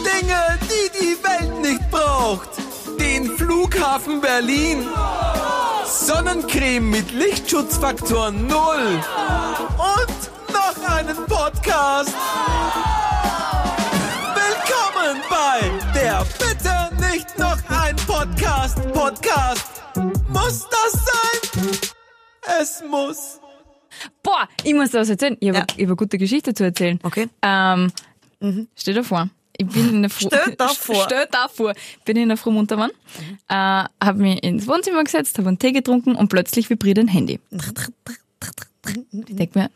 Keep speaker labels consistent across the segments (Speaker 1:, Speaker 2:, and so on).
Speaker 1: Dinge, die die Welt nicht braucht. Den Flughafen Berlin. Sonnencreme mit Lichtschutzfaktor null Und noch einen Podcast. Willkommen bei der Bitte nicht noch ein Podcast. Podcast. Muss das sein? Es muss.
Speaker 2: Boah, ich muss da was erzählen. Ich habe
Speaker 3: Ja.
Speaker 2: ich habe eine gute Geschichte zu erzählen.
Speaker 3: Okay. Mhm.
Speaker 2: Ähm, Stell dir vor, ich bin in der Früh.
Speaker 3: Stell dir vor. Mhm.
Speaker 2: Stell dir vor. Bin in der Früh munter geworden, äh, habe mich ins Wohnzimmer gesetzt, habe einen Tee getrunken und plötzlich vibriert ein Handy.
Speaker 3: Mhm.
Speaker 2: Ich denke mir,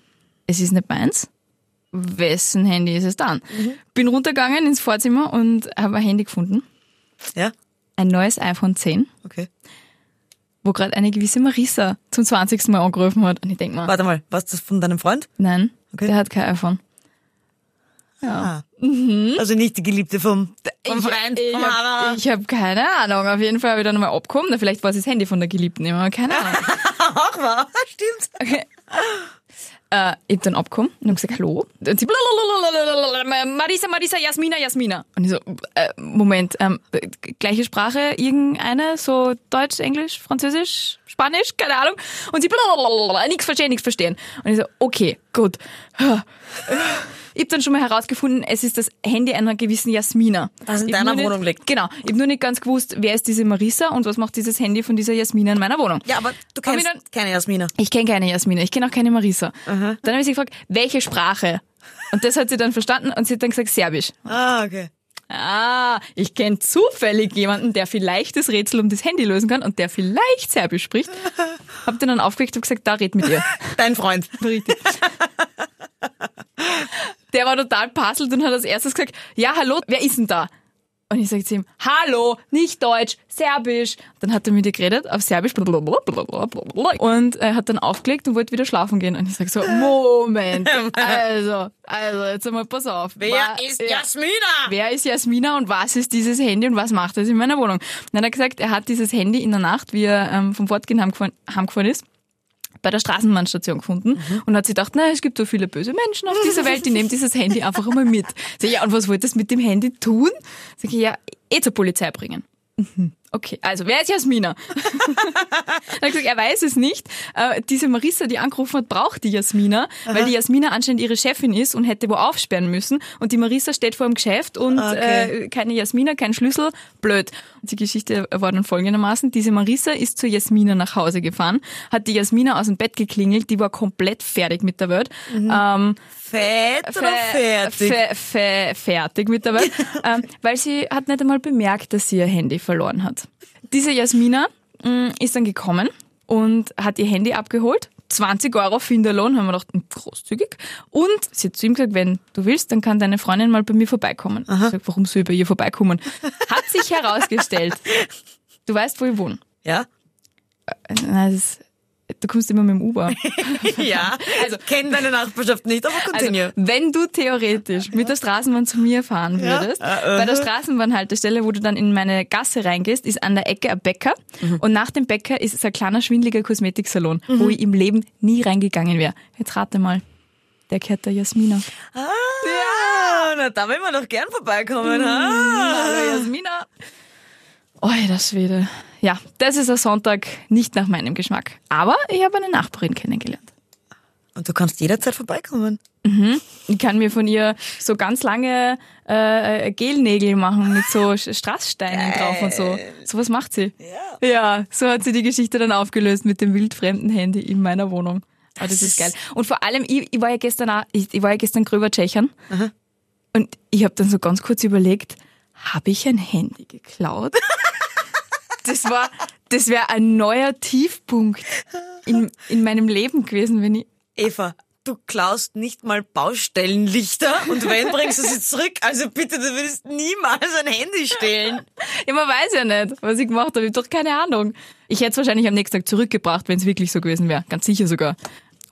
Speaker 2: es ist nicht meins. Wessen Handy ist es dann?
Speaker 3: Mhm.
Speaker 2: Bin runtergegangen ins Vorzimmer und habe ein Handy gefunden.
Speaker 3: Ja,
Speaker 2: Ein neues iPhone 10,
Speaker 3: okay.
Speaker 2: wo gerade eine gewisse Marissa zum 20. Mal angerufen hat. Und ich denke mir,
Speaker 3: Warte mal, was das von deinem Freund?
Speaker 2: nein,
Speaker 3: Okay.
Speaker 2: der hat kein iPhone.
Speaker 3: Also nicht die Geliebte vom, vom
Speaker 2: Ich-
Speaker 3: Freund.
Speaker 2: Ich
Speaker 3: vom
Speaker 2: habe
Speaker 3: Haberer.
Speaker 2: hab keine Ahnung. Auf jeden Fall habe ich dann nochmal abgehoben. Na, Vielleicht war es das Handy von der Geliebten. Ich habe keine Ahnung.
Speaker 3: Ach, war, stimmt.
Speaker 2: Okay. Äh, ich hab dann abgekommen und hab gesagt, hallo. Und sie, blablabla, Marisa, Marisa, Jasmina, Jasmina. Und ich so, äh, Moment, ähm, äh, gleiche Sprache, irgendeine, so Deutsch, Englisch, Französisch, Spanisch, keine Ahnung. Und sie, blablabla, nix verstehen, nix verstehen. Und ich so, okay, gut. Ich hab dann schon mal herausgefunden, es ist das Handy einer gewissen Jasmina.
Speaker 3: Das in
Speaker 2: Ich hab
Speaker 3: deiner
Speaker 2: nur nicht,
Speaker 3: Wohnung liegt.
Speaker 2: Genau. Ich hab nur nicht ganz gewusst, wer ist diese Marisa und was macht dieses Handy von dieser Jasmina in meiner Wohnung.
Speaker 3: Ja, aber du
Speaker 2: Hab ich
Speaker 3: kennst
Speaker 2: dann-
Speaker 3: keine Jasmina.
Speaker 2: Ich kenne keine Jasmina, ich kenne auch keine Marisa. Dann habe ich sie gefragt, welche Sprache? Und das hat sie dann verstanden und sie hat dann gesagt, Serbisch.
Speaker 3: Ah, okay.
Speaker 2: Ah, ich kenne zufällig jemanden, der vielleicht das Rätsel um das Handy lösen kann und der vielleicht Serbisch spricht. Hab den dann aufgeweckt und gesagt, da red mit ihr.
Speaker 3: Dein Freund.
Speaker 2: Richtig. Der war total puzzled und hat als erstes gesagt, ja, hallo, wer ist denn da? Und ich sagte zu ihm, hallo, nicht Deutsch, Serbisch. Dann hat er mit ihr geredet auf Serbisch blablabla, und äh, hat dann aufgelegt und wollte wieder schlafen gehen. Und ich sage so, Moment, also, also, jetzt einmal pass auf. Wa- ja.
Speaker 3: Jasmina?
Speaker 2: Wer ist Jasmina und was ist dieses Handy und was macht das in meiner Wohnung? Und dann hat er gesagt, er hat dieses Handy in der Nacht, wie er ähm, vom Fortgehen heimgefahren, heimgefahren ist, bei der Straßenbahnstation gefunden und hat sich gedacht, na, es gibt so viele böse Menschen auf dieser Welt, die nehmen dieses Handy einfach einmal mit. Sag ich, ja, und was wolltest du mit dem Handy tun? Sag ich, ja, eh zur Polizei bringen. Mhm. Okay, also wer ist Jasmina? Er hat gesagt, er weiß es nicht. Äh, diese Marissa, die angerufen hat, braucht die Jasmina, weil die Jasmina anscheinend ihre Chefin ist und hätte wo aufsperren müssen. Und die Marissa steht vor dem Geschäft und
Speaker 3: Okay.
Speaker 2: äh, keine Jasmina, kein Schlüssel, blöd. Die Geschichte war dann folgendermaßen. Diese Marissa ist zur Jasmina nach Hause gefahren, hat die Jasmina aus dem Bett geklingelt, die war komplett fertig mit der Welt. Ähm,
Speaker 3: Fett oder
Speaker 2: fe-
Speaker 3: fertig?
Speaker 2: fe- fe- fertig mit der Welt, ähm, weil sie hat nicht einmal bemerkt, dass sie ihr Handy verloren hat. Diese Jasmina mh, ist dann gekommen und hat ihr Handy abgeholt. 20 Euro Finderlohn, haben wir gedacht, mh, großzügig. Und sie hat zu ihm gesagt, wenn du willst, dann kann deine Freundin mal bei mir vorbeikommen. Ich sag, warum soll ich bei ihr vorbeikommen? Hat sich herausgestellt. Du weißt, wo ich wohne.
Speaker 3: Ja?
Speaker 2: Äh, Nein, das ist, du kommst immer mit dem Uber.
Speaker 3: Ja. Also, kenn deine Nachbarschaft nicht, aber continue.
Speaker 2: Also, wenn du theoretisch mit der Straßenbahn zu mir fahren würdest, bei der Straßenbahnhaltestelle, wo du dann in meine Gasse reingehst, ist an der Ecke ein Bäcker und nach dem Bäcker ist so ein kleiner schwindeliger Kosmetiksalon, wo ich im Leben nie reingegangen wäre. Jetzt rate mal, der gehört der Jasmina.
Speaker 3: ja, na, da will man doch gern
Speaker 2: Mhm.
Speaker 3: vorbeikommen, ha?
Speaker 2: Hallo Jasmina. Oh, das Schwede. Ja, das ist ein Sonntag nicht nach meinem Geschmack. Aber ich habe eine Nachbarin kennengelernt.
Speaker 3: Und du kannst jederzeit vorbeikommen.
Speaker 2: Ich kann mir von ihr so ganz lange äh, äh, Gelnägel machen mit so Sch- Strasssteinen drauf und so. Sowas macht sie. Ja. ja, so hat sie die Geschichte dann aufgelöst mit dem wildfremden Handy in meiner Wohnung. Aber das, ist geil. Und vor allem, ich, ich war ja gestern auch, ich, ich war ja gestern gröber Tschechern und ich habe dann so ganz kurz überlegt, habe ich ein Handy geklaut? das war, das wäre ein neuer Tiefpunkt in, in meinem Leben gewesen, wenn ich
Speaker 3: Eva, du klaust nicht mal Baustellenlichter und wenn, bringst du sie zurück. Also bitte, du würdest niemals ein Handy stehlen.
Speaker 2: Ja, man weiß ja nicht, was ich gemacht habe. Ich habe doch keine Ahnung. Ich hätte es wahrscheinlich am nächsten Tag zurückgebracht, wenn es wirklich so gewesen wäre. Ganz sicher sogar.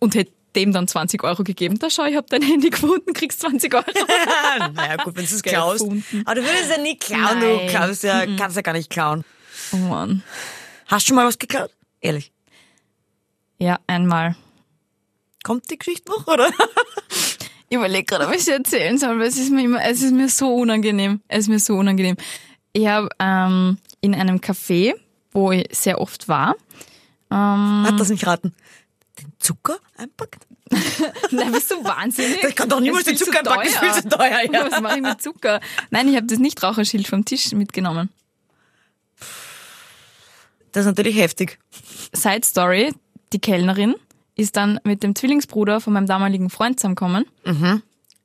Speaker 2: Und hätte dem dann 20 Euro gegeben. Da schau, ich habe dein Handy gefunden, kriegst 20 Euro.
Speaker 3: naja, Ah, gut, wenn du es klaust.
Speaker 2: Gefunden.
Speaker 3: Aber du würdest ja nie klauen,
Speaker 2: Nein.
Speaker 3: du klaust ja, kannst ja gar nicht klauen.
Speaker 2: Oh Mann.
Speaker 3: Hast du schon mal was geklaut? Ehrlich.
Speaker 2: Ja, einmal.
Speaker 3: Kommt die Geschichte noch, oder?
Speaker 2: Ich überlege gerade, ob ich es erzählen soll, weil es ist mir immer, es ist mir so unangenehm. Es ist mir so unangenehm. Ich habe ähm, in einem Café, wo ich sehr oft war,
Speaker 3: Hat das nicht raten. Den Zucker einpackt?
Speaker 2: na, bist du wahnsinnig?
Speaker 3: Ich kann doch niemals
Speaker 2: Das
Speaker 3: den
Speaker 2: ist viel
Speaker 3: Zucker
Speaker 2: zu
Speaker 3: einpacken, das ist viel zu
Speaker 2: teuer.
Speaker 3: teuer. Ja.
Speaker 2: Was mache ich mit Zucker? Nein, ich habe das Nichtraucherschild vom Tisch mitgenommen.
Speaker 3: Das ist natürlich heftig.
Speaker 2: Side Story, die Kellnerin ist dann mit dem Zwillingsbruder von meinem damaligen Freund zusammengekommen,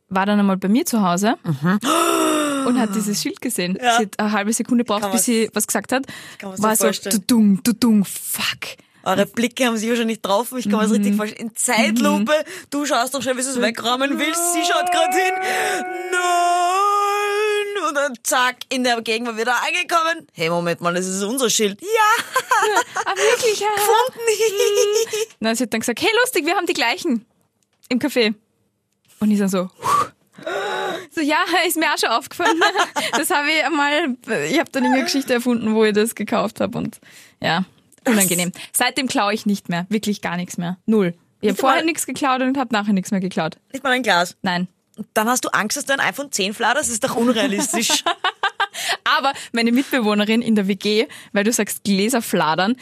Speaker 2: war dann einmal bei mir zu Hause und hat dieses Schild gesehen.
Speaker 3: Ja.
Speaker 2: Sie hat eine halbe Sekunde
Speaker 3: kann
Speaker 2: braucht, bis
Speaker 3: man's-
Speaker 2: sie was gesagt hat.
Speaker 3: kann man's
Speaker 2: War
Speaker 3: nicht
Speaker 2: so,
Speaker 3: vorstellen.
Speaker 2: tudung, tudung, fuck.
Speaker 3: Eure Blicke haben sich wahrscheinlich drauf. Ich kann mir das richtig vorstellen. In Zeitlupe. Du schaust doch schon, wie du es wegrahmen willst. Sie schaut gerade hin. Nein! Und dann zack, in der Gegend war wieder angekommen. Hey, Moment mal, das ist unser Schild. Ja,
Speaker 2: Ah, wirklich? Ja.
Speaker 3: und nie.
Speaker 2: Na, sie hat dann gesagt, hey, lustig, wir haben die gleichen im Café. Und ich dann so, "Puh." so ja, ist mir auch schon aufgefallen. Das habe ich einmal, ich habe dann irgendeine Geschichte erfunden, wo ich das gekauft habe und ja, unangenehm. Seitdem klaue ich nicht mehr, wirklich gar nichts mehr, null. Ich habe
Speaker 3: Nicht
Speaker 2: vorher
Speaker 3: einmal-
Speaker 2: nichts geklaut und habe nachher nichts mehr geklaut.
Speaker 3: Nicht mal ein Glas.
Speaker 2: Nein.
Speaker 3: Und dann hast du Angst, dass du ein iPhone 10 fladerst. Das ist doch unrealistisch.
Speaker 2: Aber meine Mitbewohnerin in der WG, weil du sagst Gläser fladern,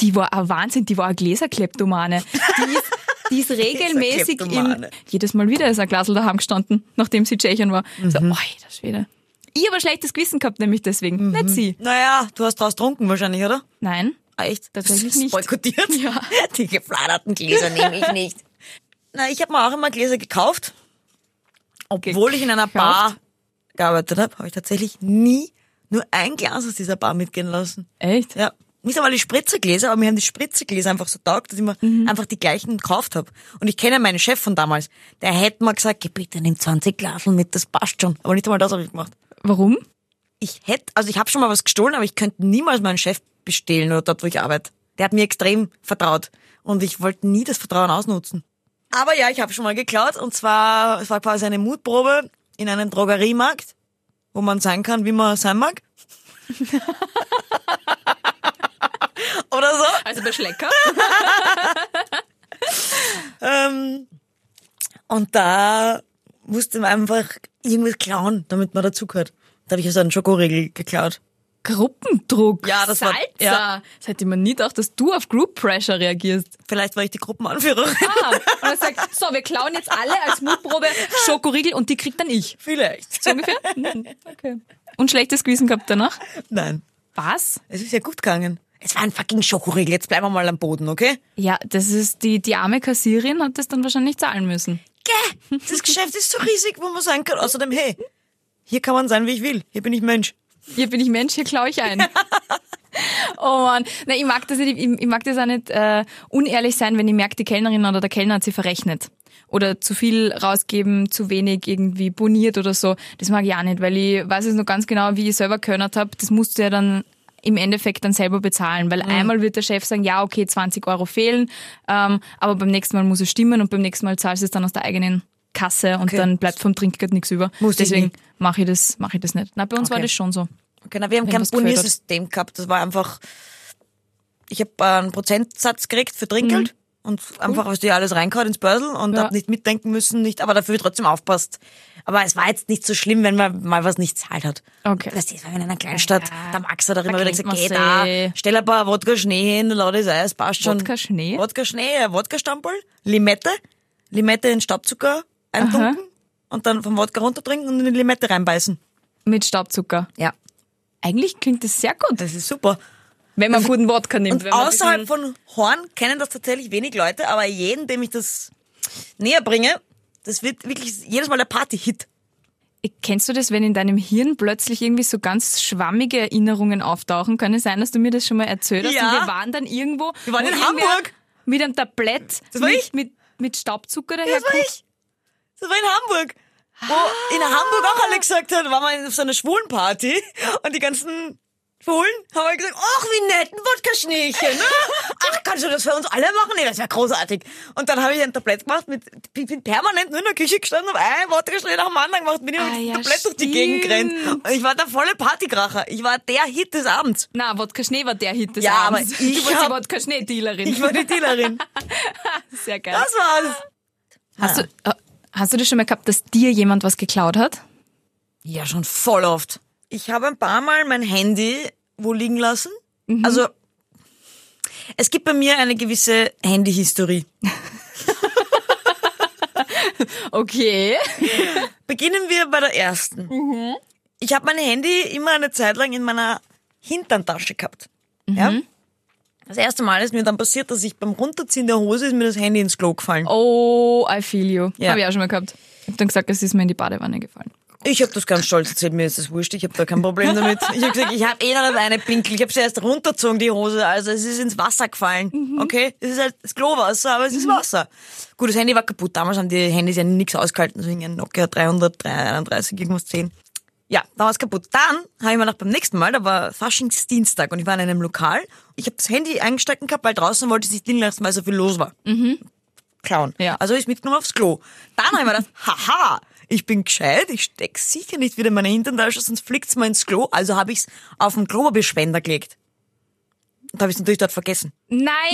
Speaker 2: die war ein Wahnsinn, die war eine Gläserkleptomane. Die ist, die ist regelmäßig in,
Speaker 3: Gläserkleptomane.
Speaker 2: jedes Mal wieder ist ein Glasel daheim gestanden, nachdem sie Tschechien war. So, oi, das Schwede. Ich habe ein schlechtes Gewissen gehabt, nämlich deswegen. Nicht sie.
Speaker 3: naja, du hast draus trunken wahrscheinlich, oder?
Speaker 2: Nein.
Speaker 3: Ah, Echt?
Speaker 2: Tatsächlich
Speaker 3: Das ist
Speaker 2: nicht.
Speaker 3: Boykottiert?
Speaker 2: Ja.
Speaker 3: Die gefladerten Gläser nehme ich nicht. Na, ich habe mir auch immer Gläser gekauft. Obwohl ich in einer Bar gearbeitet habe, habe ich tatsächlich nie nur ein Glas aus dieser Bar mitgehen lassen.
Speaker 2: Echt?
Speaker 3: Ja. Nicht einmal die Spritzergläser, aber mir haben die Spritzergläser einfach so taugt, dass ich mir
Speaker 2: Mhm.
Speaker 3: einfach die gleichen gekauft habe. Und ich kenne meinen Chef von damals. Der hätte mir gesagt, "Geh bitte nimm 20 Glaseln mit, das passt schon. Aber nicht einmal das habe ich gemacht.
Speaker 2: Warum?
Speaker 3: Ich hätte, also ich habe schon mal was gestohlen, aber ich könnte niemals meinen Chef bestehlen oder dort, wo ich arbeite. Der hat mir extrem vertraut und ich wollte nie das Vertrauen ausnutzen. Aber ja, ich habe schon mal geklaut und zwar, es war quasi eine Mutprobe in einem Drogeriemarkt, wo man sein kann, wie man sein mag. oder so.
Speaker 2: Also bei Schlecker?
Speaker 3: Ähm, und da musste man einfach irgendwas klauen, damit man dazugehört. Da habe ich also einen Schokoriegel geklaut.
Speaker 2: Gruppendruck.
Speaker 3: Ja, das war-
Speaker 2: Salzer.
Speaker 3: ja.
Speaker 2: Das hätte man nie gedacht, dass du auf Group Pressure reagierst.
Speaker 3: Vielleicht war ich die Gruppenanführerin.
Speaker 2: Ah, und er sagt, so, wir klauen jetzt alle als Mutprobe Schokoriegel und die kriegt dann ich.
Speaker 3: Vielleicht.
Speaker 2: So ungefähr? Mhm. Okay. Und schlechtes Gewissen gehabt danach?
Speaker 3: Nein.
Speaker 2: Was?
Speaker 3: Es ist ja gut gegangen. Es war ein fucking Schokoriegel. Jetzt bleiben wir mal am Boden, okay?
Speaker 2: Ja, das ist die, die arme Kassierin hat das dann wahrscheinlich zahlen müssen.
Speaker 3: Gäh, das Geschäft ist so riesig, wo man sein kann. Außerdem, hey, hier kann man sein, wie ich will. Hier bin ich Mensch.
Speaker 2: Hier bin ich Mensch, hier klaue ich ein. Oh Mann. Na, ich mag das nicht, ich, ich mag das auch nicht äh, unehrlich sein, wenn ich merke, die Kellnerin oder der Kellner hat sie verrechnet. Oder zu viel rausgeben, zu wenig irgendwie boniert oder so. Das mag ich auch nicht, weil ich weiß es noch ganz genau, wie ich selber gehört habe. Das musst du ja dann im Endeffekt dann selber bezahlen,
Speaker 3: Mhm.
Speaker 2: weil einmal wird der Chef sagen, ja, okay, 20 Euro fehlen, ähm, aber beim nächsten Mal muss es stimmen und beim nächsten Mal zahlst du es dann aus der eigenen Kasse und
Speaker 3: Okay.
Speaker 2: dann bleibt vom Trinkgeld nichts über.
Speaker 3: Muss ich
Speaker 2: Deswegen
Speaker 3: nicht.
Speaker 2: mache ich das, mache ich das nicht. Na, bei uns war
Speaker 3: Okay.
Speaker 2: das schon so.
Speaker 3: Okay, na, Genau, wir haben
Speaker 2: Wenn
Speaker 3: kein
Speaker 2: was gefällt hat.
Speaker 3: Boniersystem gehabt. Das war einfach, ich habe einen Prozentsatz gekriegt für Trinkgeld. Und einfach, was dir alles reinkaut ins Börsel und
Speaker 2: Mhm. Ja.
Speaker 3: hab nicht mitdenken müssen, nicht, aber dafür trotzdem aufpasst. Aber es war jetzt nicht so schlimm, wenn man mal was nicht zahlt hat.
Speaker 2: Okay.
Speaker 3: Weißt du, das war in einer Kleinstadt,
Speaker 2: Ja.
Speaker 3: da magst du doch
Speaker 2: Da
Speaker 3: immer wieder
Speaker 2: kennt
Speaker 3: gesagt,
Speaker 2: man's
Speaker 3: geh da,
Speaker 2: eh.
Speaker 3: stell ein paar Wodka Schnee hin, lade das Eis, passt schon.
Speaker 2: Wodka Schnee?
Speaker 3: Wodka Schnee, äh, Wodka Stampel, Limette, Limette in Staubzucker eintunken und dann vom Wodka runtertrinken und in die Limette reinbeißen.
Speaker 2: Mit Staubzucker.
Speaker 3: Ja.
Speaker 2: Eigentlich klingt das sehr gut,
Speaker 3: Das ist super.
Speaker 2: wenn man guten Wodka nimmt.
Speaker 3: Und
Speaker 2: wenn man ein
Speaker 3: außerhalb
Speaker 2: bisschen-
Speaker 3: von Horn kennen das tatsächlich wenig Leute, aber jeden, dem ich das näher bringe, das wird wirklich jedes Mal der Party-Hit.
Speaker 2: Äh, Kennst du das, wenn in deinem Hirn plötzlich irgendwie so ganz schwammige Erinnerungen auftauchen? Kann es sein, dass du mir das schon mal erzählt hast?
Speaker 3: Ja.
Speaker 2: Und wir waren dann irgendwo.
Speaker 3: Wir waren
Speaker 2: wo
Speaker 3: in
Speaker 2: irgendwer
Speaker 3: Hamburg.
Speaker 2: Mit einem Tablett.
Speaker 3: Das war
Speaker 2: mit,
Speaker 3: ich.
Speaker 2: Mit, mit Staubzucker
Speaker 3: Das war
Speaker 2: daherkommt.
Speaker 3: ich. Das war in Hamburg.
Speaker 2: Ah.
Speaker 3: Wo in Hamburg auch alle gesagt haben, waren wir auf so einer Schwulenparty und die ganzen Schwulen haben alle gesagt, ach, wie nett, ein Wodka-Schneechen. Ne? Ach, kannst du das für uns alle machen? Nee, das wäre großartig. Und dann habe ich ein Tablett gemacht, mit, ich bin permanent nur in der Küche gestanden, äh, habe ein Wodka-Schnee nach dem anderen gemacht, bin immer
Speaker 2: Ah,
Speaker 3: mit dem
Speaker 2: ja,
Speaker 3: Tablett durch die Gegend gerannt.
Speaker 2: stimmt.
Speaker 3: Und ich war der volle Partykracher. Ich war der Hit des Abends.
Speaker 2: Na, Wodka Schnee war der Hit des
Speaker 3: Ja, aber
Speaker 2: Abends.
Speaker 3: ich
Speaker 2: du warst
Speaker 3: hab-
Speaker 2: die Wodka Schnee-Dealerin.
Speaker 3: Ich war die Dealerin.
Speaker 2: Sehr geil.
Speaker 3: Das war's.
Speaker 2: Hast du, äh, Hast du das schon mal gehabt, dass dir jemand was geklaut hat?
Speaker 3: Ja, schon voll oft. Ich habe ein paar Mal mein Handy wo liegen lassen. Also, es gibt bei mir eine gewisse Handyhistorie.
Speaker 2: Okay.
Speaker 3: Beginnen wir bei der ersten. Ich habe mein Handy immer eine Zeit lang in meiner Hinterntasche gehabt. Ja? Das erste Mal ist mir dann passiert, dass ich beim Runterziehen der Hose ist mir das Handy ins Klo gefallen.
Speaker 2: Oh, I feel you.
Speaker 3: Ja.
Speaker 2: Habe ich auch schon mal gehabt. Ich habe dann gesagt, es ist mir in die Badewanne gefallen.
Speaker 3: Ich habe das ganz stolz erzählt, mir ist das wurscht, ich habe da kein Problem damit. Ich habe gesagt, ich habe eh noch nicht eine Pinkel, ich habe sie erst runterzogen, die Hose, also es ist ins Wasser gefallen, okay? Es ist halt das Klowasser, aber es ist Wasser. Gut, das Handy war kaputt, damals haben die Handys ja nichts ausgehalten, so ein Nokia 331, irgendwas 10. Ja, da war es kaputt. Dann habe ich mir gedacht, beim nächsten Mal, da war Faschingsdienstag und ich war in einem Lokal, ich habe das Handy eingesteckt gehabt, weil draußen wollte ich es nicht liegen lassen, weil so viel los war klauen.
Speaker 2: Ja.
Speaker 3: Also hab ich's mitgenommen aufs Klo. Dann habe ich mir gedacht, haha, ich bin gescheit, ich steck sicher nicht wieder in meine Hinterntasche, sonst fliegt's mir ins Klo. Also habe ich's auf den Klopapierspender gelegt. Und habe ich's natürlich dort vergessen.
Speaker 2: Nein!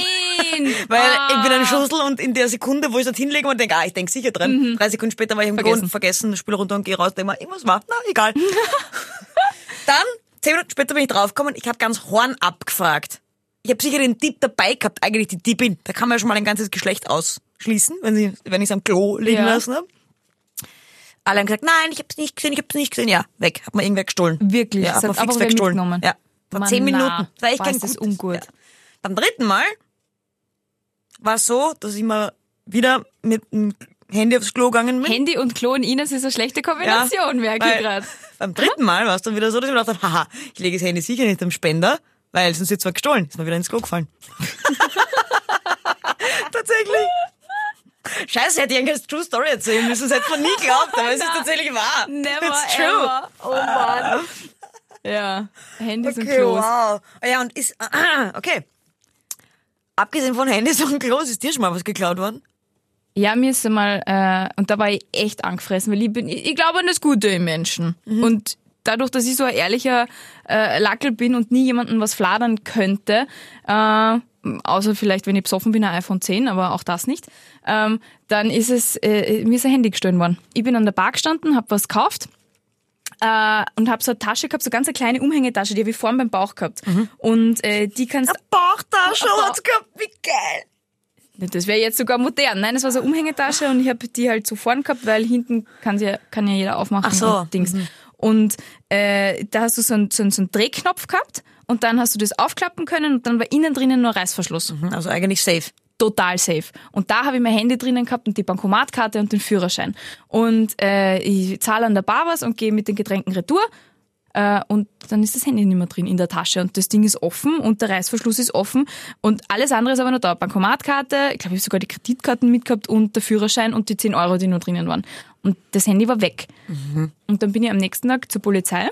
Speaker 3: Weil ich bin
Speaker 2: Ah.
Speaker 3: ein Schussel und in der Sekunde, wo ich dort hinlege und denke, ah, ich denk sicher dran. Drei Sekunden später war ich im Klo
Speaker 2: Mhm. Vergessen.
Speaker 3: und vergessen, spül runter und gehe raus, denke mal, irgendwas war, na egal. Dann, zehn Minuten später bin ich draufgekommen, ich habe ganz Horn abgefragt. Ich habe sicher den Dieb dabei gehabt, eigentlich die Diebin. Da kann man ja schon mal ein ganzes Geschlecht ausschließen, wenn sie, wenn ich es am Klo liegen
Speaker 2: Ja.
Speaker 3: lassen habe. Alle haben gesagt, nein, ich hab's nicht gesehen, ich hab's nicht gesehen. Ja, weg, hat mir irgendwer gestohlen.
Speaker 2: Wirklich?
Speaker 3: Ja,
Speaker 2: Das
Speaker 3: hat mir
Speaker 2: hat aber
Speaker 3: fix
Speaker 2: wer
Speaker 3: weggestohlen.
Speaker 2: mitgenommen?
Speaker 3: Ja, vor
Speaker 2: Mann,
Speaker 3: zehn
Speaker 2: na,
Speaker 3: Minuten. Das war echt
Speaker 2: war
Speaker 3: kein
Speaker 2: es das
Speaker 3: gutes.
Speaker 2: ungut.
Speaker 3: Ja. Beim dritten Mal war es so, dass ich mal wieder mit dem Handy aufs Klo gegangen bin.
Speaker 2: Handy und Klo und Ines ist eine schlechte Kombination, merke ich
Speaker 3: weil
Speaker 2: gerade.
Speaker 3: Beim dritten Mal war es dann wieder so, dass ich mir gedacht habe, haha, ich lege das Handy sicher nicht am Spender, weil sonst wird zwar gestohlen, ist mir wieder ins Klo gefallen. tatsächlich. Scheiße, hätte ich eigentlich als True Story erzählen müssen, das hätte man nie geglaubt, aber es ist tatsächlich wahr.
Speaker 2: Never
Speaker 3: It's true.
Speaker 2: ever. Oh Mann. Ja, Handys und
Speaker 3: Okay,
Speaker 2: Klos.
Speaker 3: wow. Ja, und ist, ah, okay. Abgesehen von Handys und Klos, ist dir schon mal was geklaut worden?
Speaker 2: Ja, mir ist einmal, äh, und da war ich echt angefressen, weil ich bin, ich, ich glaube an das Gute im Menschen. Und dadurch, dass ich so ein ehrlicher äh, Lackel bin und nie jemandem was fladern könnte, äh, außer vielleicht, wenn ich besoffen bin, ein iPhone 10, aber auch das nicht, ähm, dann ist es, äh, mir ist ein Handy gestohlen worden. Ich bin an der Bar gestanden, hab was gekauft äh, und hab so eine Tasche gehabt, so ganz eine kleine Umhängetasche, die hab ich vorn beim Bauch gehabt. Und äh, die kannst
Speaker 3: Bauchtasche
Speaker 2: Bauch-
Speaker 3: hat's gehabt, wie geil.
Speaker 2: das wäre jetzt sogar modern. Nein, das war so eine Umhängetasche und ich habe die halt so vorn gehabt, weil hinten kann, sie, kann ja jeder aufmachen.
Speaker 3: Ach so. Mhm.
Speaker 2: Und, Dings. und äh, da hast du so einen, so, einen, so einen Drehknopf gehabt und dann hast du das aufklappen können und dann war innen drinnen nur Reißverschluss.
Speaker 3: Also eigentlich safe.
Speaker 2: Total safe. Und da habe ich mein Handy drinnen gehabt und die Bankomatkarte und den Führerschein. Und äh, ich zahle an der Bar was und gehe mit den Getränken retour. Äh, und dann ist das Handy nicht mehr drin in der Tasche und das Ding ist offen und der Reißverschluss ist offen und alles andere ist aber noch da. Bankomatkarte, ich glaube, ich habe sogar die Kreditkarten mitgehabt und der Führerschein und die 10 Euro, die nur drinnen waren. Und das Handy war weg. Und dann bin ich am nächsten Tag zur Polizei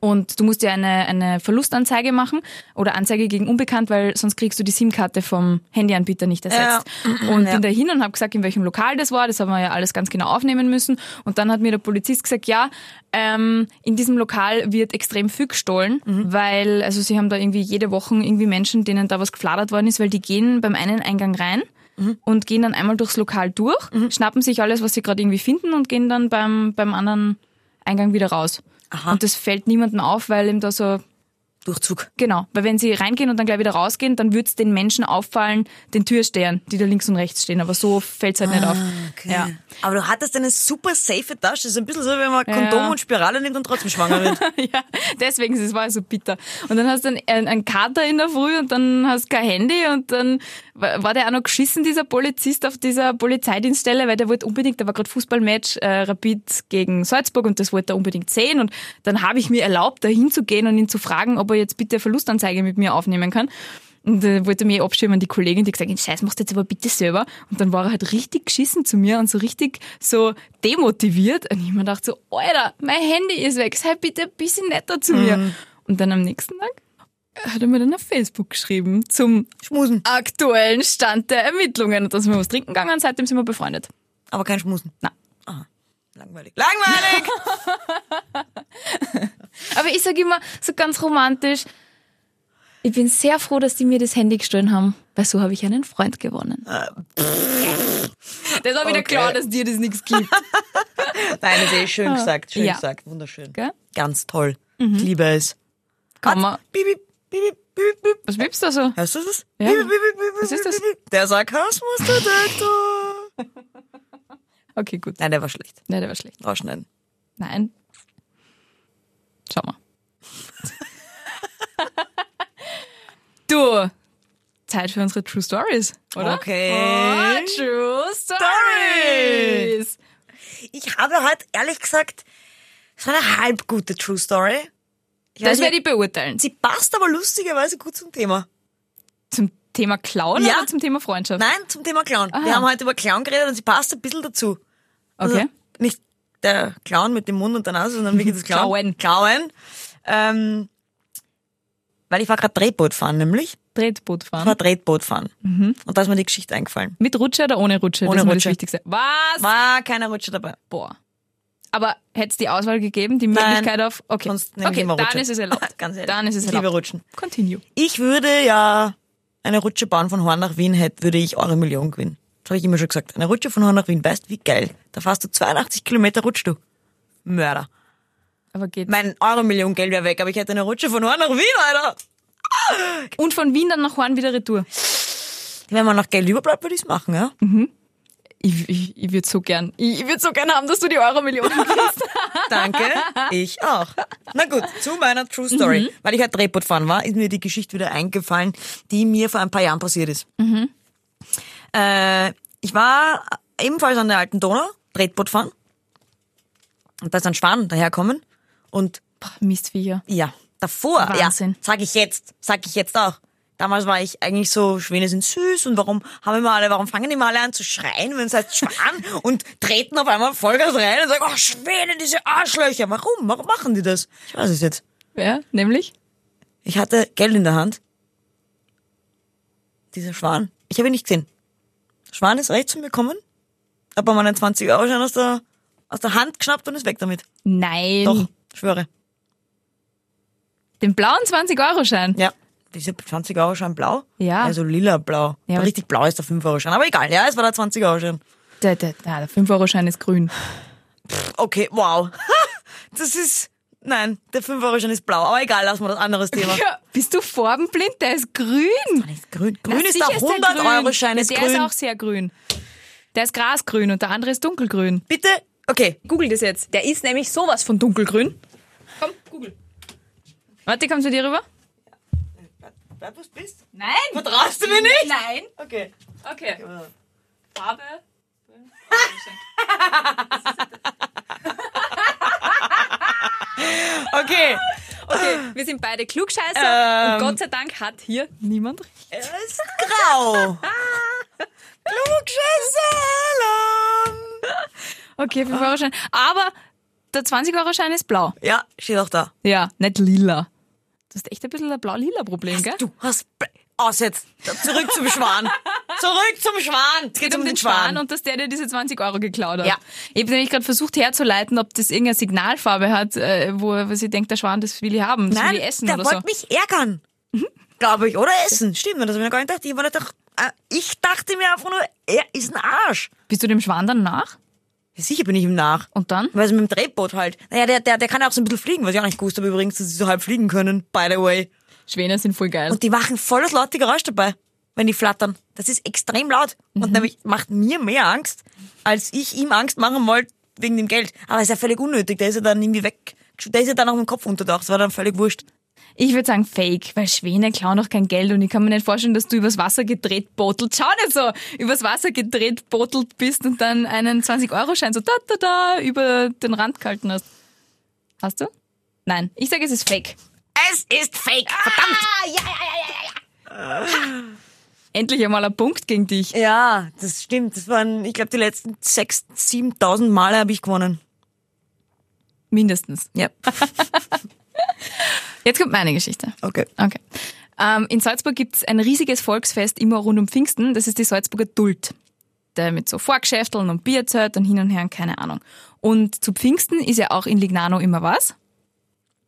Speaker 2: und du musst ja eine, eine Verlustanzeige machen oder Anzeige gegen Unbekannt, weil sonst kriegst du die SIM-Karte vom Handyanbieter nicht ersetzt. Und bin da hin und habe gesagt, in welchem Lokal das war. Das haben wir ja alles ganz genau aufnehmen müssen. Und dann hat mir der Polizist gesagt, ja, ähm, in diesem Lokal wird extrem viel gestohlen, weil also sie haben da irgendwie jede Woche irgendwie Menschen, denen da was gefladert worden ist, weil die gehen beim einen Eingang rein und gehen dann einmal durchs Lokal durch, schnappen sich alles, was sie gerade irgendwie finden und gehen dann beim, beim anderen Eingang wieder raus.
Speaker 3: Aha.
Speaker 2: Und das fällt niemandem auf, weil ihm da so,
Speaker 3: Durchzug.
Speaker 2: genau, weil wenn sie reingehen und dann gleich wieder rausgehen, dann würde es den Menschen auffallen, den Türstehern, die da links und rechts stehen. Aber so fällt es halt nicht auf.
Speaker 3: Ah.
Speaker 2: Ja.
Speaker 3: Aber du hattest eine super safe Tasche. Das ist ein bisschen so, wenn man Kondom und Spirale nimmt und trotzdem schwanger wird.
Speaker 2: ja, deswegen, es war so bitter. Und dann hast du einen, einen, einen Kater in der Früh und dann hast du kein Handy und dann war war der auch noch geschissen, dieser Polizist auf dieser Polizeidienststelle, weil der wollte unbedingt, da war gerade Fußballmatch äh, Rapid gegen Salzburg und das wollte er unbedingt sehen und dann habe ich mir erlaubt, da hinzugehen und ihn zu fragen, ob er jetzt bitte eine Verlustanzeige mit mir aufnehmen kann. Und äh, wollte mich abschirmen, die Kollegin, die gesagt hat, Scheiß, machst du jetzt aber bitte selber. Und dann war er halt richtig geschissen zu mir und so richtig so demotiviert. Und ich mir dachte so, Alter, mein Handy ist weg, sei bitte ein bisschen netter zu mir. Und dann am nächsten Tag hat er mir dann auf Facebook geschrieben zum
Speaker 3: Schmusen.
Speaker 2: aktuellen Stand der Ermittlungen. Und dann sind wir was trinken gegangen und seitdem sind wir befreundet.
Speaker 3: Aber kein Schmusen.
Speaker 2: Na.
Speaker 3: Aha. Langweilig. Langweilig!
Speaker 2: Aber ich sage immer so ganz romantisch, ich bin sehr froh, dass die mir das Handy gestohlen haben, weil so habe ich einen Freund gewonnen. Das war wieder
Speaker 3: Äh, Okay.
Speaker 2: klar, dass dir das nichts gibt.
Speaker 3: Nein, das ist eh schön gesagt, schön
Speaker 2: Ja.
Speaker 3: gesagt, wunderschön.
Speaker 2: Gell?
Speaker 3: Ganz toll. Ich liebe es.
Speaker 2: Komm mal.
Speaker 3: Bibi, bibi, bibi, bibi.
Speaker 2: Was wippst du da so?
Speaker 3: Hörst du das?
Speaker 2: Ja.
Speaker 3: Bibi, bibi, bibi,
Speaker 2: Was ist das?
Speaker 3: bibi. Der Sarkasmusdetektor.
Speaker 2: Okay, gut.
Speaker 3: Nein, der war schlecht.
Speaker 2: Nein, der war schlecht.
Speaker 3: Rausschneiden.
Speaker 2: Nein. Schau mal. du, Zeit für unsere True Stories, oder?
Speaker 3: Okay.
Speaker 2: Oh, True Stories.
Speaker 3: Ich habe halt ehrlich gesagt, es war eine halb gute True Story. Ich
Speaker 2: Das
Speaker 3: weiß
Speaker 2: werde
Speaker 3: nicht,
Speaker 2: ich beurteilen.
Speaker 3: sie passt aber lustigerweise gut zum Thema.
Speaker 2: Zum Thema Klauen
Speaker 3: Ja.
Speaker 2: oder zum Thema Freundschaft?
Speaker 3: Nein, zum Thema Clown. Wir haben heute über Clown geredet und sie passt ein bisschen dazu. Also
Speaker 2: Okay.
Speaker 3: nicht der Clown mit dem Mund und der Nase, sondern wirklich das
Speaker 2: Klauen.
Speaker 3: Clown. Clown. Ähm, weil ich war gerade Drehboot fahren, nämlich.
Speaker 2: Tretboot
Speaker 3: Ich war
Speaker 2: fahren.
Speaker 3: Drehboot fahren. Und da ist mir die Geschichte eingefallen.
Speaker 2: Mit Rutsche oder ohne Rutsche?
Speaker 3: Ohne
Speaker 2: das ist mir
Speaker 3: Rutsche.
Speaker 2: das Wichtigste. Was?
Speaker 3: War keine Rutsche dabei.
Speaker 2: Boah. Aber hätte es die Auswahl gegeben, die
Speaker 3: Nein.
Speaker 2: Möglichkeit auf. Okay,
Speaker 3: Sonst nehme ich
Speaker 2: okay
Speaker 3: immer Rutsche.
Speaker 2: dann ist es erlaubt.
Speaker 3: Ganz ehrlich.
Speaker 2: Dann ist es
Speaker 3: ich
Speaker 2: erlaubt.
Speaker 3: liebe Rutschen.
Speaker 2: Continue.
Speaker 3: Ich würde ja eine Rutsche bauen von Horn nach Wien, hätte, würde ich eure Million gewinnen. Das habe ich immer schon gesagt. Eine Rutsche von Horn nach Wien, weißt wie geil. Da fährst du 82 Kilometer, rutschst du. Mörder.
Speaker 2: Aber geht's.
Speaker 3: Mein Euro Million Geld wäre weg, aber ich hätte eine Rutsche von Horn nach Wien, Alter.
Speaker 2: Und von Wien dann nach Horn wieder Retour.
Speaker 3: Wenn man noch Geld überbleibt, würde ich's machen, ja?
Speaker 2: Ich, ich, ich würde so gern, ich, ich würde so gern haben, dass du die Euro-Millionen kriegst.
Speaker 3: Danke, ich auch. Na gut, zu meiner True Story. Weil ich halt Drehboot fahren war, ist mir die Geschichte wieder eingefallen, die mir vor ein paar Jahren passiert ist. Äh, ich war ebenfalls an der alten Donau, Drehboot fahren. Und da ist ein Schwan daherkommen. Und
Speaker 2: Boah, Mistviecher.
Speaker 3: ja, davor,
Speaker 2: Wahnsinn.
Speaker 3: ja, sag ich jetzt, sag ich jetzt auch. Damals war ich eigentlich so, Schwäne sind süß und warum haben immer alle, warum fangen immer alle an zu schreien, wenn es heißt Schwan und treten auf einmal Vollgas rein und sagen, oh Schwäne, diese Arschlöcher, warum, warum machen die das? Ich weiß es jetzt.
Speaker 2: Ja, nämlich?
Speaker 3: Ich hatte Geld in der Hand. Dieser Schwan, ich habe ihn nicht gesehen. Schwan ist rechts zu mir gekommen, hat mir meinen 20-Euro-Schein aus der, aus der Hand geschnappt und ist weg damit.
Speaker 2: Nein.
Speaker 3: Doch, schwöre.
Speaker 2: Den blauen 20-Euro-Schein.
Speaker 3: Ja. Diese 20-Euro-Schein blau?
Speaker 2: Ja.
Speaker 3: Also lila-blau.
Speaker 2: Ja,
Speaker 3: Ja,
Speaker 2: aber-
Speaker 3: richtig blau ist der 5-Euro-Schein. Aber egal, ja, es war der 20-Euro-Schein.
Speaker 2: Der, der, na, der 5-Euro-Schein ist grün.
Speaker 3: Okay, wow. Das ist. Nein, der 5-Euro-Schein ist blau. Aber egal, lassen wir das anderes Thema.
Speaker 2: Ja, bist du farbenblind? Der ist grün.
Speaker 3: Nicht grün.
Speaker 2: Na,
Speaker 3: Grün ist
Speaker 2: sicher
Speaker 3: der
Speaker 2: grün.
Speaker 3: 100-Euro-Schein
Speaker 2: Ja,
Speaker 3: ist
Speaker 2: der
Speaker 3: grün.
Speaker 2: ist auch sehr grün. Der ist grasgrün und der andere ist dunkelgrün.
Speaker 3: Bitte? Okay.
Speaker 2: Google das jetzt. Der ist nämlich sowas von dunkelgrün. Komm, Google. Warte, kommst du dir rüber?
Speaker 3: Bleib, du bist.
Speaker 2: Nein.
Speaker 3: Vertraust du mir nicht?
Speaker 2: Nein.
Speaker 3: Okay.
Speaker 2: Okay. Farbe.
Speaker 3: Okay.
Speaker 2: Okay, wir sind beide Klugscheißer und Gott sei Dank hat hier niemand recht.
Speaker 3: Er ist grau. Klugscheißer Alarm.
Speaker 2: Okay, 5 Euro Schein. Aber der 20 Euro Schein ist blau.
Speaker 3: Ja, steht auch da.
Speaker 2: Ja, nicht lila. Du hast echt ein bisschen ein blau-lila Problem, gell?
Speaker 3: Du hast. Ble- Aus jetzt. Zurück zum Schwan. Zurück zum Schwan. Es geht um den Schwan.
Speaker 2: und dass der dir diese 20 Euro geklaut hat.
Speaker 3: Ja.
Speaker 2: Ich habe nämlich gerade versucht herzuleiten, ob das irgendeine Signalfarbe hat, äh, wo, wo sie denkt, der Schwan, das will ich haben, das will ich essen
Speaker 3: der
Speaker 2: oder so.
Speaker 3: wollte mich ärgern. Glaube ich. Oder essen. Stimmt, das habe ich mir gar nicht gedacht. Ich, war nicht doch, äh, ich dachte mir einfach nur, er ist ein Arsch.
Speaker 2: Bist du dem Schwan dann nach?
Speaker 3: Ja, sicher bin ich ihm nach.
Speaker 2: Und dann?
Speaker 3: Weil sie mit dem Drehboot halt. Naja, der, der, der kann ja auch so ein bisschen fliegen, was ich auch nicht gewusst habe übrigens, dass sie so halb fliegen können, by the way.
Speaker 2: Schwäne sind voll geil.
Speaker 3: Und die machen voll das laute Geräusch dabei, wenn die flattern. Das ist extrem laut.
Speaker 2: Mhm.
Speaker 3: Und nämlich macht mir mehr Angst, als ich ihm Angst machen wollte wegen dem Geld. Aber ist ja völlig unnötig. Der ist ja dann irgendwie weg. Der ist ja dann auch im Kopf untertaucht. Das war dann völlig wurscht.
Speaker 2: Ich würde sagen fake, weil Schwäne klauen doch kein Geld und ich kann mir nicht vorstellen, dass du übers Wasser gedreht botelt, schau nicht so, übers Wasser gedreht botelt bist und dann einen 20-Euro-Schein so da da da über den Rand gehalten hast. Hast du? Nein, ich sage, es ist fake.
Speaker 3: Es ist fake. Verdammt.
Speaker 2: Endlich einmal ein Punkt gegen dich.
Speaker 3: Ja, das stimmt. Das waren, ich glaube, die letzten 6.000, 7.000 Male habe ich gewonnen.
Speaker 2: Mindestens.
Speaker 3: Ja.
Speaker 2: Jetzt kommt meine Geschichte.
Speaker 3: Okay.
Speaker 2: Okay. Ähm, in Salzburg gibt's ein riesiges Volksfest immer rund um Pfingsten. Das ist die Salzburger Duld. Da mit so Vorgeschäfteln und Bierzelt und hin und her und keine Ahnung. Und zu Pfingsten ist ja auch in Lignano immer was?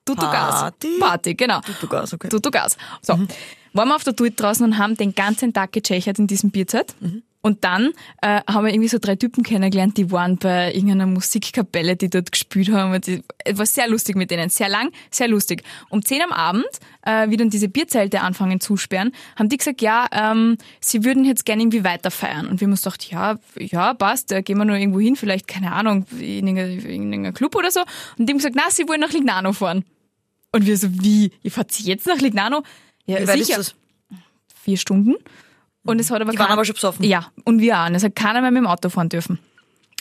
Speaker 2: Tutugas.
Speaker 3: Party?
Speaker 2: Party, genau.
Speaker 3: Tutugas, okay.
Speaker 2: Tutugas. So. Waren wir auf der Duld draußen und haben den ganzen Tag gechechert in diesem Bierzelt. Und dann äh, haben wir irgendwie so drei Typen kennengelernt, die waren bei irgendeiner Musikkapelle, die dort gespielt haben. Und die, es war sehr lustig mit denen, sehr lang, sehr lustig. Um 10 am Abend, äh, wie dann diese Bierzelte anfangen zu sperren, haben die gesagt, ja, ähm, sie würden jetzt gerne irgendwie weiter feiern. Und wir haben uns gedacht, ja, ja, passt, äh, gehen wir nur irgendwo hin, vielleicht, keine Ahnung, in irgendein- irgendeinen Club oder so. Und die haben gesagt, na, sie wollen nach Lignano fahren. Und wir so, wie, ihr fahrt jetzt nach Lignano? Ja,
Speaker 3: Wie weit ist
Speaker 2: sicher.
Speaker 3: das?
Speaker 2: Vier Stunden. Und es hat aber
Speaker 3: Die waren
Speaker 2: keiner-
Speaker 3: aber schon besoffen.
Speaker 2: Ja, und wir auch. Und es hat keiner mehr mit dem Auto fahren dürfen.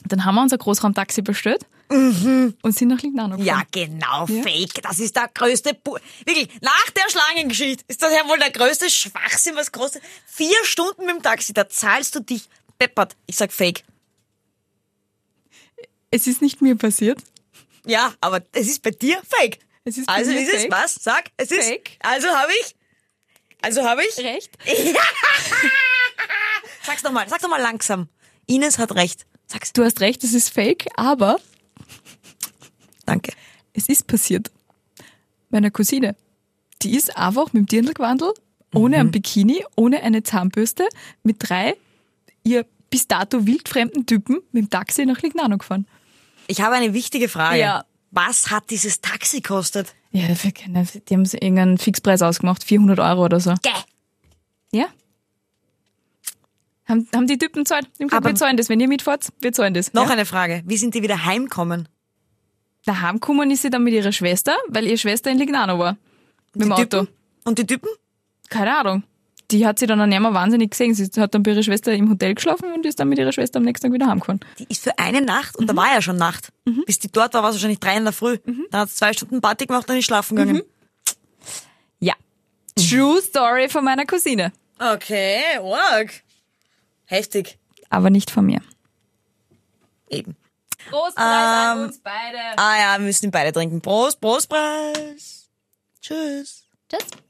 Speaker 2: Dann haben wir unser Großraumtaxi bestellt und sind nach Lignano
Speaker 3: Ja,
Speaker 2: gefahren.
Speaker 3: genau, fake. Das ist der größte, Bu wirklich, nach der Schlangengeschichte ist das ja wohl der größte Schwachsinn, was kostet. Vier Stunden mit dem Taxi, da zahlst du dich peppert. Ich sag fake.
Speaker 2: Es ist nicht mir passiert.
Speaker 3: Ja, aber es ist bei dir fake.
Speaker 2: Es ist bei
Speaker 3: also
Speaker 2: mir
Speaker 3: ist es,
Speaker 2: fake.
Speaker 3: was? Sag, es ist.
Speaker 2: Fake.
Speaker 3: Also habe ich. Also habe ich.
Speaker 2: Recht?
Speaker 3: Sag's nochmal, sag's nochmal langsam. Ines hat recht. Sag's.
Speaker 2: Du hast recht, es ist fake, aber
Speaker 3: Danke.
Speaker 2: es ist passiert. Meiner Cousine, die ist einfach mit dem Dirndlgewandel, ohne ein Bikini, ohne eine Zahnbürste, mit drei ihr bis dato wildfremden Typen mit dem Taxi nach Lignano gefahren.
Speaker 3: Ich habe eine wichtige Frage.
Speaker 2: Ja.
Speaker 3: Was hat dieses Taxi kostet?
Speaker 2: Ja, für keine, die haben so irgendeinen Fixpreis ausgemacht, 400 Euro oder so.
Speaker 3: Gäh.
Speaker 2: Ja. Haben, haben die Typen zahlt? Gesagt,
Speaker 3: Aber-
Speaker 2: wir zahlen das, wenn ihr mitfahrt, wir zahlen das.
Speaker 3: Noch
Speaker 2: ja.
Speaker 3: eine Frage. Wie sind die wieder heimkommen?
Speaker 2: Daheim gekommen ist sie dann mit ihrer Schwester, weil ihre Schwester in Lignano war. Mit dem
Speaker 3: Die
Speaker 2: Auto.
Speaker 3: Typen? Und die Typen?
Speaker 2: Keine Ahnung. Die hat sie dann auch nicht mehr wahnsinnig gesehen. Sie hat dann bei ihrer Schwester im Hotel geschlafen und ist dann mit ihrer Schwester am nächsten Tag wieder heimgefahren.
Speaker 3: Die ist für eine Nacht und da war ja schon Nacht. Bis die dort war, war es wahrscheinlich drei in der Früh. Dann hat sie zwei Stunden Party gemacht und ist schlafen gegangen.
Speaker 2: Ja. True Story von meiner Cousine.
Speaker 3: Okay, work. Heftig.
Speaker 2: Aber nicht von mir.
Speaker 3: Eben.
Speaker 2: Großpreis an uns beide.
Speaker 3: Ah ja, wir müssen ihn beide trinken. Prost, Prostpreis. Tschüss.
Speaker 2: Tschüss.